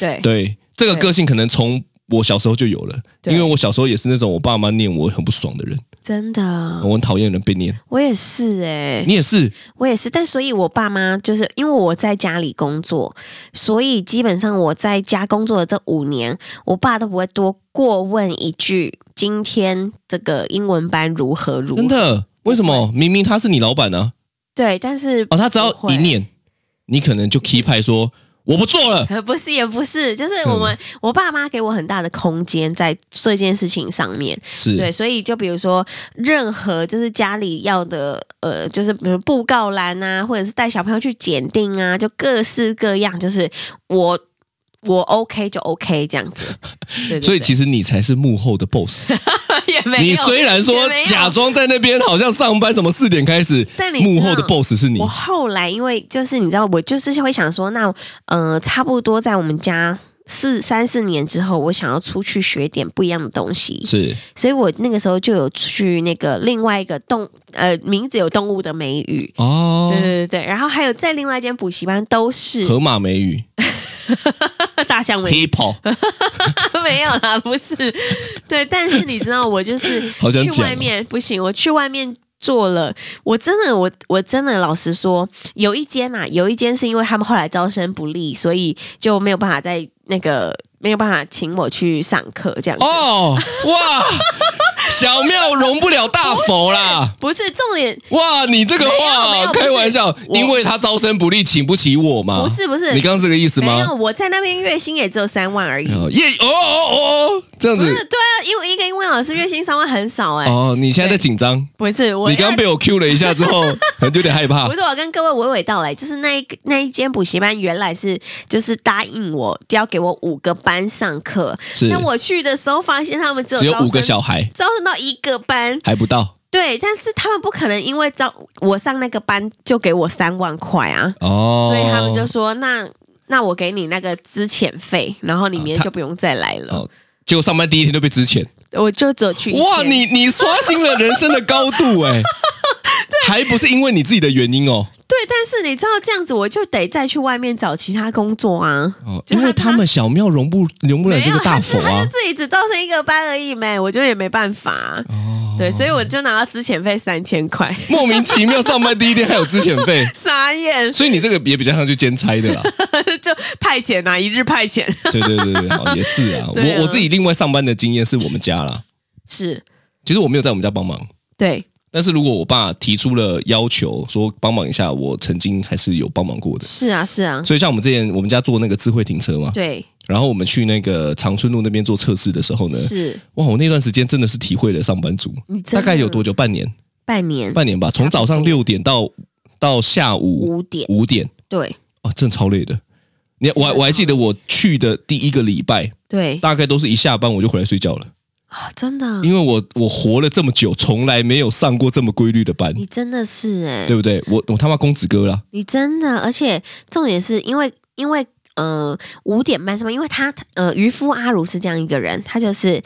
Speaker 2: 对
Speaker 3: 对，这个个性可能从我小时候就有了，
Speaker 2: 对
Speaker 3: 因为我小时候也是那种我爸妈念我很不爽的人，
Speaker 2: 真的，
Speaker 3: 我很讨厌人被念。
Speaker 2: 我也是哎、
Speaker 3: 你也是
Speaker 2: 我也是。但所以，我爸妈就是因为我在家里工作，所以基本上我在家工作的这五年，我爸都不会多过问一句今天这个英文班如何如何。
Speaker 3: 真的？为什么？明明他是你老板啊呢、
Speaker 2: 对，但是
Speaker 3: 啊？哦，他只要
Speaker 2: 不会嗯
Speaker 3: 一，念，你可能就 key 派说我不
Speaker 2: [laughs]
Speaker 3: 做了。
Speaker 2: 呃不是也不是，就是我们、
Speaker 3: 嗯
Speaker 2: 我爸妈给我很大的空间在这件事情上面。
Speaker 3: 是
Speaker 2: 对，所以就比如说，任何就是家里要的，呃，就是比如布告栏啊，或者是带小朋友去检定啊，就各式各样，就是我我 OK 就 OK 这样子。对对
Speaker 3: [laughs] 所以
Speaker 2: 对
Speaker 3: 其实你才是幕后的 boss。
Speaker 2: 也 [laughs] 没有，
Speaker 3: 你虽然说
Speaker 2: 也没有
Speaker 3: 假，装在那边好像上班，什么四点开始，
Speaker 2: 但你知道
Speaker 3: 幕后的 boss 是你
Speaker 2: 我。后来因为就是你知道，我就是会想说，那呃，差不多在我们家。四三四年之后，我想要出去学点不一样的东西，
Speaker 3: 是
Speaker 2: 所以我那个时候就有去那个另外一个动呃名字有动物的美语，
Speaker 3: 哦
Speaker 2: 对，对对对，然后还有在另外一间补习班都是
Speaker 3: 河马美语
Speaker 2: [laughs] 大象美
Speaker 3: people
Speaker 2: 没有啦，不是，对，但是你知道我就是
Speaker 3: [laughs] 好想
Speaker 2: 去
Speaker 3: 讲哦
Speaker 2: 外面不行，我去外面。做了，我真的，我我真的老实说，有一间嘛，有一间是因为他们后来招生不利，所以就没有办法在那个没有办法请我去上课这样子。
Speaker 3: 哦，
Speaker 2: [laughs]
Speaker 3: 哇，小庙容不了大佛啦。
Speaker 2: 不是重点，
Speaker 3: 哇，你这个
Speaker 2: 没有没有
Speaker 3: 话
Speaker 2: 不是
Speaker 3: 开玩笑，
Speaker 2: 我
Speaker 3: 因为他招生不利，请不起我嘛？
Speaker 2: 不是不是
Speaker 3: 啊你刚刚是这个意思
Speaker 2: 没
Speaker 3: 吗
Speaker 2: 有，？我在那边月薪也只有三万而已。
Speaker 3: 哦耶，哦哦哦哦，这样
Speaker 2: 不是，
Speaker 3: 子
Speaker 2: 对啊，因为一个英文老师月薪三万很少哎、
Speaker 3: 哦，你现在在紧张？
Speaker 2: 不是，我
Speaker 3: 你刚
Speaker 2: 要
Speaker 3: 刚被我 Q 了一下之后，可能有点害怕
Speaker 2: [laughs] 不。是，我跟各位娓娓道来，就是那一个那一间补习班原来是就是答应我要给我五个班上课，
Speaker 3: 是
Speaker 2: 那，我去的时候发现他们只有
Speaker 3: 只有
Speaker 2: 招
Speaker 3: 五个
Speaker 2: 生
Speaker 3: 小孩，
Speaker 2: 招生到一个班，
Speaker 3: 还不到
Speaker 2: 对，但是他们不可能因为招我上那个班就给我三万块啊，
Speaker 3: 哦。
Speaker 2: 所以他们就说那那我给你那个资遣费，然后你明
Speaker 3: 哦
Speaker 2: 天
Speaker 3: 他
Speaker 2: 就不用再来了，
Speaker 3: 哦结果上班第一天就被支遣，
Speaker 2: 我就只有去一
Speaker 3: 哇！
Speaker 2: 天
Speaker 3: 你你刷新了人生的高
Speaker 2: [laughs]
Speaker 3: 度哎、还不是因为你自己的原因哦，
Speaker 2: 对，但是你知道这样子，我就得再去外面找其他工作啊。
Speaker 3: 哦，
Speaker 2: 就
Speaker 3: 因
Speaker 2: 他
Speaker 3: 为他们小庙容不容不了
Speaker 2: 没
Speaker 3: 这
Speaker 2: 有，
Speaker 3: 个大
Speaker 2: 他是
Speaker 3: 佛
Speaker 2: 他
Speaker 3: 啊
Speaker 2: 就，自己只招生一个班而已没，我觉得也没办法、
Speaker 3: 哦，
Speaker 2: 对，所以我就拿到之前费三千块， [laughs]
Speaker 3: 莫名其妙上班第一天还有支遣费，
Speaker 2: 傻眼，
Speaker 3: 所以你这个也比较像去兼差
Speaker 2: [laughs]
Speaker 3: 的啦，
Speaker 2: 就派遣啊，一日派遣 [laughs]
Speaker 3: 对对对对，好也是啊，
Speaker 2: 对啊
Speaker 3: 我我自己另外上班的经验是我们家啦，
Speaker 2: 是，
Speaker 3: 其实我没有在我们家帮忙，
Speaker 2: 对，
Speaker 3: 但是如果我爸提出了要求，说帮忙一下，我曾经还是有帮忙过的。
Speaker 2: 是啊，是啊，
Speaker 3: 所以像我们之前，我们家做那个智慧停车嘛，
Speaker 2: 对，
Speaker 3: 然后我们去那个长春路那边做测试的时候呢，
Speaker 2: 是
Speaker 3: 哇，我那段时间真的是体会了上班族，
Speaker 2: 你真
Speaker 3: 大
Speaker 2: 的
Speaker 3: 概有多久？半年，
Speaker 2: 半年
Speaker 3: 半年吧，从早上六点到到下午
Speaker 2: 五点，
Speaker 3: 五点，
Speaker 2: 对
Speaker 3: 哦，真的超累的。你我还我还记得我去的第一个礼拜，
Speaker 2: 对
Speaker 3: 大概都是一下班我就回来睡觉了，
Speaker 2: 啊，真的，
Speaker 3: 因为我我活了这么久，从来没有上过这么规律的班，
Speaker 2: 你真的是哎、
Speaker 3: 对不对？我我他妈公子哥啦，
Speaker 2: 你真的，而且重点是因为因为呃五点半上班，因为他呃渔夫阿如是这样一个人，他就是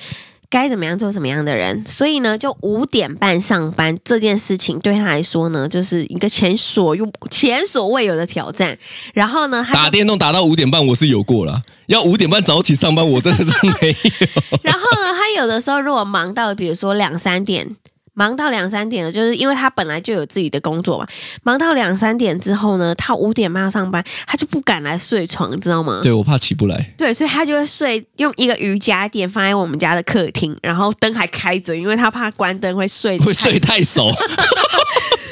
Speaker 2: 该怎么样做什么样的人，所以呢，就五点半上班这件事情对他来说呢，就是一个前所用前所未有的挑战。然后呢，他
Speaker 3: 打电动打到五点半我是有过啦，要五点半早起上班我真的是没有。
Speaker 2: 然后呢，他有的时候如果忙到比如说两三点，忙到两三点了，就是因为他本来就有自己的工作嘛，忙到两三点之后呢，他五点半要上班，他就不敢来睡床，你知道吗？
Speaker 3: [laughs] 对我怕起不来，
Speaker 2: 对，所以他就会睡，用一个瑜伽垫放在我们家的客厅，然后灯还开着，因为他怕关灯会睡
Speaker 3: 会睡太熟。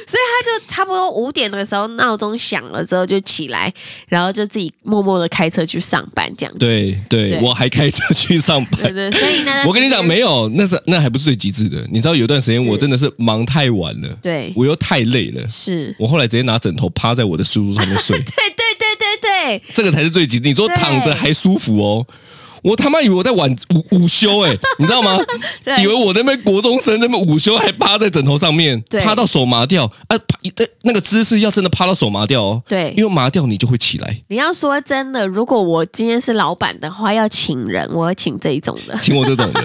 Speaker 2: 所以他就差不多五点的时候闹钟响了之后就起来，然后就自己默默的开车去上班这样子。
Speaker 3: [laughs] 对对，
Speaker 2: 对
Speaker 3: 我还开车去上
Speaker 2: [laughs]
Speaker 3: 班。
Speaker 2: 对对，所以呢，
Speaker 3: 我跟你讲，没有，那是那还不是最极致的。你知道，有段时间
Speaker 2: 是
Speaker 3: 我真的是忙太晚了，
Speaker 2: 对
Speaker 3: 我又太累了，
Speaker 2: 是，，
Speaker 3: 我后来直接拿枕头趴在我的书桌上面睡
Speaker 2: 对对对对对，
Speaker 3: 这个才是最极致。你说
Speaker 2: 对
Speaker 3: 躺着还舒服哦。我他妈以为我在晚午午休哎、你知道吗？
Speaker 2: [laughs] 对
Speaker 3: 以为我那边国中生那边午休还趴在枕头上面，
Speaker 2: 对
Speaker 3: 趴到手麻掉啊！趴这那个姿势要真的趴到手麻掉哦，
Speaker 2: 对
Speaker 3: 因为麻掉你就会起来。
Speaker 2: 你要说真的，如果我今天是老板的话，要请人，我要请这一种的，
Speaker 3: 请我这种
Speaker 2: [laughs]
Speaker 3: 的，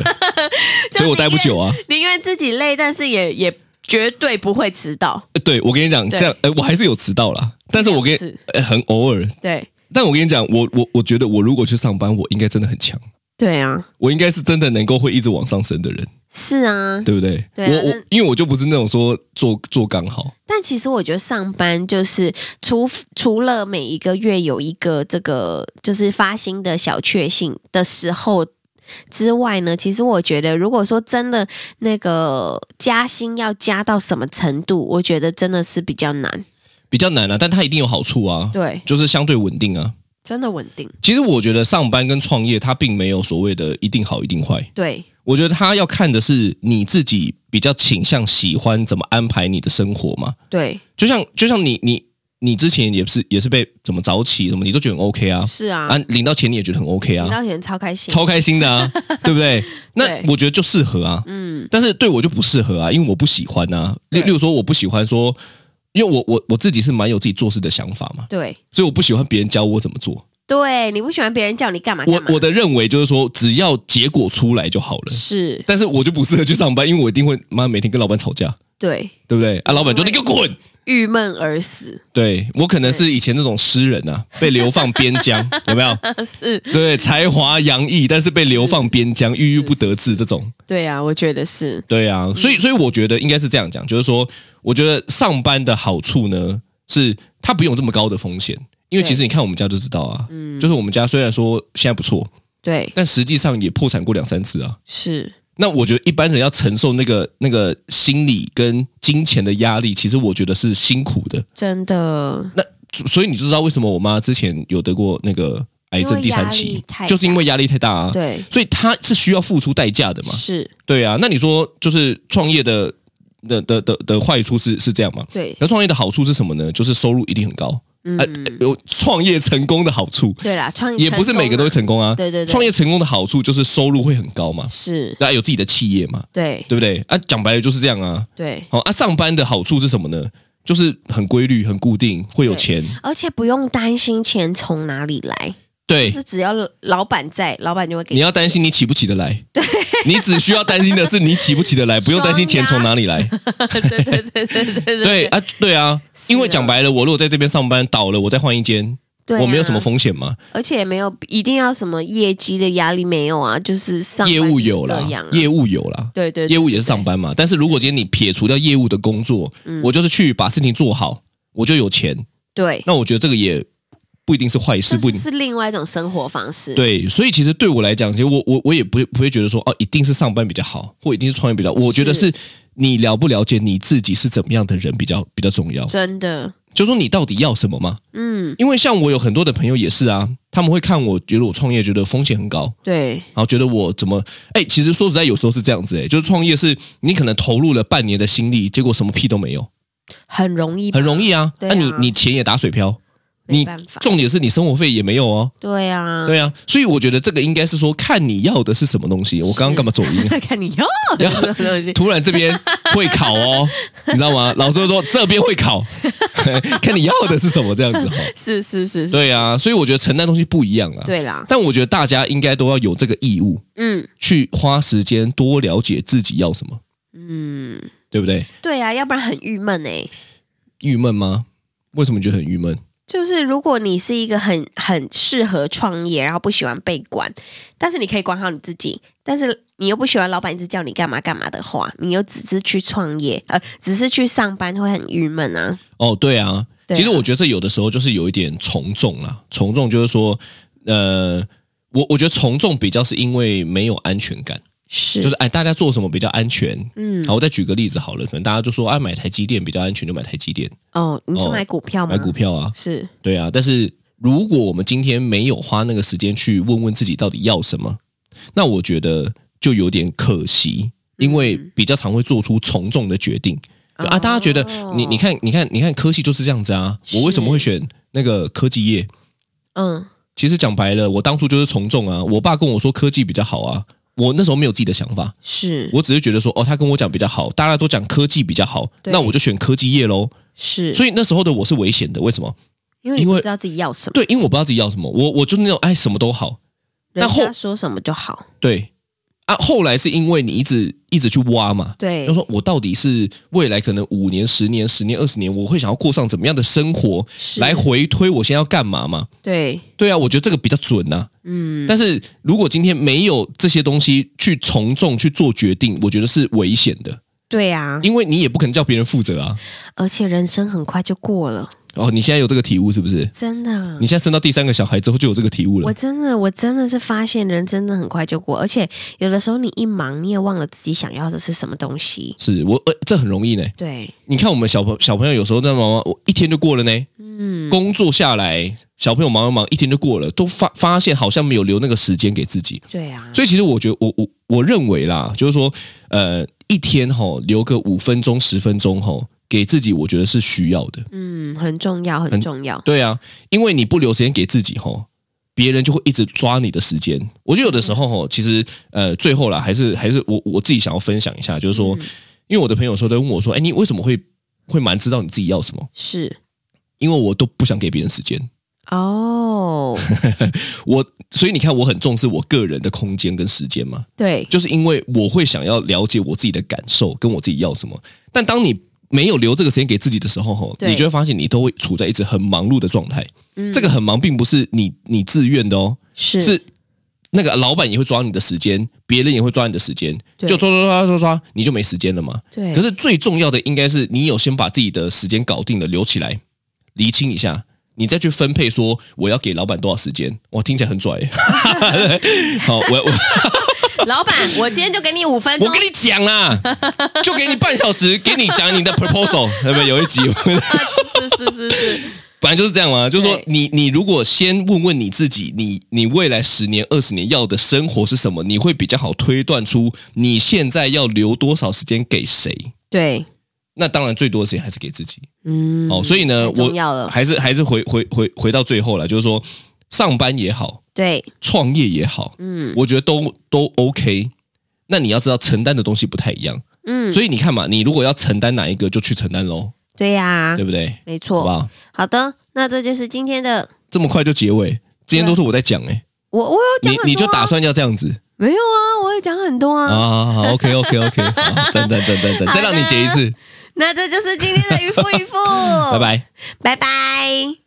Speaker 3: 所以我待不久啊。
Speaker 2: 宁愿自己累，但是也也绝对不会迟到。
Speaker 3: 呃对我跟你讲，
Speaker 2: 对
Speaker 3: 这样，呃，我还是有迟到啦，但是我跟
Speaker 2: 两次
Speaker 3: 呃很偶尔，
Speaker 2: 对
Speaker 3: 但我跟你讲，我我我觉得我如果去上班，我应该真的很强，
Speaker 2: 对啊，
Speaker 3: 我应该是真的能够会一直往上升的人，
Speaker 2: 是啊，
Speaker 3: 对不对？
Speaker 2: 对啊
Speaker 3: 我我
Speaker 2: 但
Speaker 3: 因为我就不是那种说做做刚好，
Speaker 2: 但其实我觉得上班就是除除了每一个月有一个这个就是发薪的小确幸的时候之外呢，其实我觉得如果说真的那个加薪要加到什么程度，我觉得真的是比较难。
Speaker 3: 比较难啊，但它一定有好处啊，
Speaker 2: 对，
Speaker 3: 就是相对稳定啊。
Speaker 2: 真的稳定。
Speaker 3: 其实我觉得上班跟创业，它并没有所谓的一定好一定坏，
Speaker 2: 对
Speaker 3: 我觉得它要看的是你自己比较倾向喜欢怎么安排你的生活嘛。
Speaker 2: 对，
Speaker 3: 就像就像你你你之前也是也是被怎么早起什么，你都觉得很 OK 啊，
Speaker 2: 是啊，
Speaker 3: 啊，领到钱你也觉得很 OK
Speaker 2: 领
Speaker 3: 啊，
Speaker 2: 到钱超开心。
Speaker 3: 超开心的
Speaker 2: [laughs]
Speaker 3: 啊，对不对？那
Speaker 2: 对
Speaker 3: 我觉得就适合啊，
Speaker 2: 嗯，
Speaker 3: 但是对我就不适合啊，因为我不喜欢啊。例
Speaker 2: 对
Speaker 3: 例如说，我不喜欢说，因为我我我自己是蛮有自己做事的想法嘛，
Speaker 2: 对
Speaker 3: 所以我不喜欢别人教我怎么做。
Speaker 2: 对，你不喜欢别人叫你干嘛啊干
Speaker 3: 我
Speaker 2: 嘛？
Speaker 3: 我的认为就是说，只要结果出来就好了。
Speaker 2: 是
Speaker 3: 但是我就不适合去上班，因为我一定会妈每天跟老板吵架，
Speaker 2: 对
Speaker 3: 对不对？啊，老板就你给我滚！
Speaker 2: 郁闷而死，
Speaker 3: 对我可能是以前那种诗人啊，被流放边
Speaker 2: [laughs]
Speaker 3: 疆，有没有？
Speaker 2: 是
Speaker 3: 对，才华洋溢，但是被流放边疆，郁郁不得志这种。
Speaker 2: 对啊，我觉得是
Speaker 3: 对啊，
Speaker 2: 嗯
Speaker 3: 所以所以我觉得应该是这样讲，就是说，我觉得上班的好处呢，是它不用这么高的风险，因为
Speaker 2: 对嗯
Speaker 3: 其实你看我们家就知道啊，就是我们家虽然说现在不错，
Speaker 2: 对
Speaker 3: 但实际上也破产过两三次啊。
Speaker 2: 是。
Speaker 3: 那我觉得一般人要承受那个那个心理跟金钱的压力，其实我觉得是辛苦的。
Speaker 2: 真的，
Speaker 3: 那所以你就知道为什么我妈之前有得过那个癌症第三
Speaker 2: 因为压
Speaker 3: 期
Speaker 2: 力太，大
Speaker 3: 就是因为压力太大 [laughs] 啊。
Speaker 2: 对，
Speaker 3: 所以她是需要付出代价的嘛。
Speaker 2: 是，
Speaker 3: 对啊，那你说就是创业的的的的的坏处是是这样吗？
Speaker 2: 对，
Speaker 3: 那创业的好处是什么呢？就是收入一定很高，
Speaker 2: 嗯，
Speaker 3: 呃呃有创业成功的好处，
Speaker 2: 对啦，创业
Speaker 3: 也不是每个都会
Speaker 2: 成
Speaker 3: 成功啊。
Speaker 2: 啊对对对
Speaker 3: 创业成功的好处就是收入会很高嘛
Speaker 2: 功啊，是，
Speaker 3: 大家有自己的企业嘛，
Speaker 2: 对
Speaker 3: 对不对？啊，讲白了就是这样啊。
Speaker 2: 对，
Speaker 3: 好啊，上班的好处是什么呢？就是很规律、很固定，会有
Speaker 2: 对
Speaker 3: 钱。
Speaker 2: 而且不用担心钱从哪里来，
Speaker 3: 对，
Speaker 2: 是只要老板在，老板就会给
Speaker 3: 哎你要担心你起不起得来，对， [laughs] 你只需要担心的是你起不起
Speaker 2: [laughs]
Speaker 3: 得来，不用担心钱从哪里来。
Speaker 2: 对 [laughs] 对对对对对对
Speaker 3: 对啊，对啊，
Speaker 2: 是
Speaker 3: 因为
Speaker 2: 啊
Speaker 3: 讲白了，我如果在这边上班倒了，我再换一间，
Speaker 2: 对啊
Speaker 3: 我没有什么风险嘛，
Speaker 2: 而且也没有一定要什么业绩的压力，没有啊，就是上班
Speaker 3: 业务
Speaker 2: 就
Speaker 3: 有
Speaker 2: 是
Speaker 3: 啦
Speaker 2: 这样啊，
Speaker 3: 业务有啦，
Speaker 2: 对对对嗯
Speaker 3: 业务也是上班嘛。但是如果今天你撇除掉业务的工作，我就是去把事情做好，我就有钱。
Speaker 2: 对，
Speaker 3: 那我觉得这个也不一定是坏事，
Speaker 2: 这
Speaker 3: 不一定。
Speaker 2: 是另外一种生活方式，
Speaker 3: 对，所以其实对我来讲，其实我我我也不会不会觉得说哦，一定是上班比较好，或一定是创业比较好。我觉得
Speaker 2: 是
Speaker 3: 是你了不了解你自己是怎么样的人比较比较重要。
Speaker 2: 真的，
Speaker 3: 就说你到底要什么嘛？
Speaker 2: 嗯，
Speaker 3: 因为像我有很多的朋友也是啊，他们会看我觉得我创业觉得风险很高，
Speaker 2: 对，
Speaker 3: 然后觉得我怎么哎，其实说实在有时候是这样子哎，就是创业是你可能投入了半年的心力，结果什么屁都没有，
Speaker 2: 很容易吧，
Speaker 3: 很容易啊。
Speaker 2: 对
Speaker 3: 那、
Speaker 2: 啊
Speaker 3: 你你钱也打水漂，
Speaker 2: 没
Speaker 3: 你
Speaker 2: 办法，
Speaker 3: 重点是你生活费也没有哦。
Speaker 2: 对啊，
Speaker 3: 对啊，所以我觉得这个应该是说看你要的是什么东西。我刚刚干嘛走
Speaker 2: [laughs]
Speaker 3: 音啊？
Speaker 2: 看你
Speaker 3: [laughs]
Speaker 2: 哟，
Speaker 3: 然后
Speaker 2: 这种东西
Speaker 3: 突然这边会考哦，你知道吗？老师就说这边会考， [laughs] 看你要的是什么这样子哈。
Speaker 2: 是是是是，
Speaker 3: 对啊，所以我觉得承担东西不一样啊。
Speaker 2: 对啦，
Speaker 3: 但我觉得大家应该都要有这个义务，
Speaker 2: 嗯
Speaker 3: 去花时间多了解自己要什么，
Speaker 2: 嗯，
Speaker 3: 对不对？
Speaker 2: 对啊，要不然很郁闷哎、
Speaker 3: 郁闷吗？为什么觉得很郁闷？
Speaker 2: 就是如果你是一个很很适合创业，然后不喜欢被管，但是你可以管好你自己，但是你又不喜欢老板一直叫你干嘛干嘛的话，你又只是去创业，呃，只是去上班会很郁闷啊。
Speaker 3: 哦，对啊，
Speaker 2: 对啊
Speaker 3: 其实我觉得这有的时候就是有一点从众啦，从众就是说，呃，我我觉得从众比较是因为没有安全感，
Speaker 2: 是
Speaker 3: 就是哦哎，大家做什么比较安全。
Speaker 2: 嗯
Speaker 3: 好，我再举个例子好了，可能大家就说啊，买台积电比较安全，就买台积电，
Speaker 2: 哦，你说
Speaker 3: 哦
Speaker 2: 买股票吗？
Speaker 3: 买股票啊，
Speaker 2: 是
Speaker 3: 对啊。但是如果我们今天没有花那个时间去问问自己到底要什么，那我觉得就有点可
Speaker 2: 嗯
Speaker 3: 惜，因为比较常会做出从众的决定。就啊，
Speaker 2: 哦
Speaker 3: 大家觉得你你看你看你看科技就是这样子啊，
Speaker 2: 是
Speaker 3: 我为什么会选那个科技业？
Speaker 2: 嗯
Speaker 3: 其实讲白了，我当初就是从众啊，我爸跟我说科技比较好啊，我那时候没有自己的想法，
Speaker 2: 是
Speaker 3: 我只是觉得说哦，他跟我讲比较好，大家都讲科技比较好，
Speaker 2: 对
Speaker 3: 那我就选科技业喽。
Speaker 2: 是，
Speaker 3: 所以那时候的我是危险的，为什么？
Speaker 2: 因为你
Speaker 3: 因
Speaker 2: 不
Speaker 3: 为
Speaker 2: 知道自己要什么，
Speaker 3: 对，因为我不知道自己要什么，我我就是那种哎什么都好，
Speaker 2: 人
Speaker 3: 但后
Speaker 2: 家说什么就好。
Speaker 3: 对啊。后来是因为你一直一直去挖嘛，
Speaker 2: 对
Speaker 3: 就，说我到底是未来可能五年、十年、十年、二十年，我会想要过上怎么样的生活，
Speaker 2: 是
Speaker 3: 来回推我现在要干嘛嘛？
Speaker 2: 对，
Speaker 3: 对啊，我觉得这个比较准呐、
Speaker 2: 嗯，
Speaker 3: 但是如果今天没有这些东西去从众去做决定，我觉得是危险的，
Speaker 2: 对啊，
Speaker 3: 因为你也不可能叫别人负责啊。
Speaker 2: 而且人生很快就过了，
Speaker 3: 哦，你现在有这个体悟是不是？
Speaker 2: 真的
Speaker 3: 你。现在生到第三个小孩之后就有这个体悟
Speaker 2: 嗯我
Speaker 3: 了。
Speaker 2: 真的，我真的是发现人真的很快就过，而且有的时候你一忙，你也忘了自己想要的是什么东西。
Speaker 3: 是我、呃，这很容易呢。
Speaker 2: 对，
Speaker 3: 你看我们小朋小朋友有时候在忙忙，我一天就过了呢。
Speaker 2: 嗯，
Speaker 3: 工作下来，小朋友忙一忙，一天就过了，都发发现好像没有留那个时间给自己。
Speaker 2: 对啊，
Speaker 3: 所以其实我觉得，我我我认为啦，就是说，呃，一天吼、留个五分钟、十分钟吼、给自己，我觉得是需要的。
Speaker 2: 嗯，很重要，很重要。
Speaker 3: 对啊，因为你不留时间给自己吼、别人就会一直抓你的时间。我觉得有的时候吼、其实呃，最后啦，还是还是我我自己想要分享一下，就是说，因为我的朋友说都问我说，哎，你为什么会会蛮知道你自己要什么？
Speaker 2: 是
Speaker 3: 因为我都不想给别人时间， [laughs]
Speaker 2: 哦，
Speaker 3: 我所以你看，我很重视我个人的空间跟时间嘛，
Speaker 2: 对，
Speaker 3: 就是因为我会想要了解我自己的感受跟我自己要什么。但当你没有留这个时间给自己的时候，吼，
Speaker 2: 对
Speaker 3: 你就会发现你都会处在一直很忙碌的状态。
Speaker 2: 嗯
Speaker 3: 这个很忙，并不是你你自愿的哦，
Speaker 2: 是
Speaker 3: 是那个老板也会抓你的时间，别人也会抓你的时间，
Speaker 2: 对
Speaker 3: 就抓抓抓抓抓，你就没时间了嘛。
Speaker 2: 对，
Speaker 3: 可是最重要的应该是你有先把自己的时间搞定了，留起来，厘清一下，你再去分配说我要给老板多少时间。哇，听起来很拽。 [laughs] 好，我我
Speaker 2: [laughs] 老板，我今天就给你五分钟
Speaker 3: 我跟。你讲啦，就给你半小时，给你讲你的 proposal，对 [laughs] 不对？有一集。
Speaker 2: 啊是是是是，
Speaker 3: 本来就是这样嘛，就是说
Speaker 2: 对
Speaker 3: 你你如果先问问你自己，你你未来十年二十年要的生活是什么，你会比较好推断出你现在要留多少时间给谁。
Speaker 2: 对，
Speaker 3: 那当然，最多的时间还是给自己。
Speaker 2: 嗯，
Speaker 3: 哦，所以呢，
Speaker 2: 太重要了
Speaker 3: 我还是还是回回回回到最后了，就是说，上班也好，
Speaker 2: 对，
Speaker 3: 创业也好，
Speaker 2: 嗯
Speaker 3: 我觉得都都 OK。那你要知道，承担的东西不太一样，
Speaker 2: 嗯，
Speaker 3: 所以你看嘛，你如果要承担哪一个，就去承担喽，
Speaker 2: 对呀
Speaker 3: 对，不对？
Speaker 2: 没
Speaker 3: 好不
Speaker 2: 错。
Speaker 3: 好？
Speaker 2: 好的，那这就是今天的
Speaker 3: 这么快就结尾，今天都是我在讲哎、
Speaker 2: 我，我有讲
Speaker 3: 你
Speaker 2: 很多啊
Speaker 3: 你就打算要这样子
Speaker 2: 没有啊？我有讲很多
Speaker 3: 啊？
Speaker 2: 啊。
Speaker 3: 好好好，OK OK OK，好，赞赞赞赞赞，再让你结一次， [laughs]
Speaker 2: 那这就是今天的渔夫渔夫，哦
Speaker 3: 拜拜。
Speaker 2: 拜拜。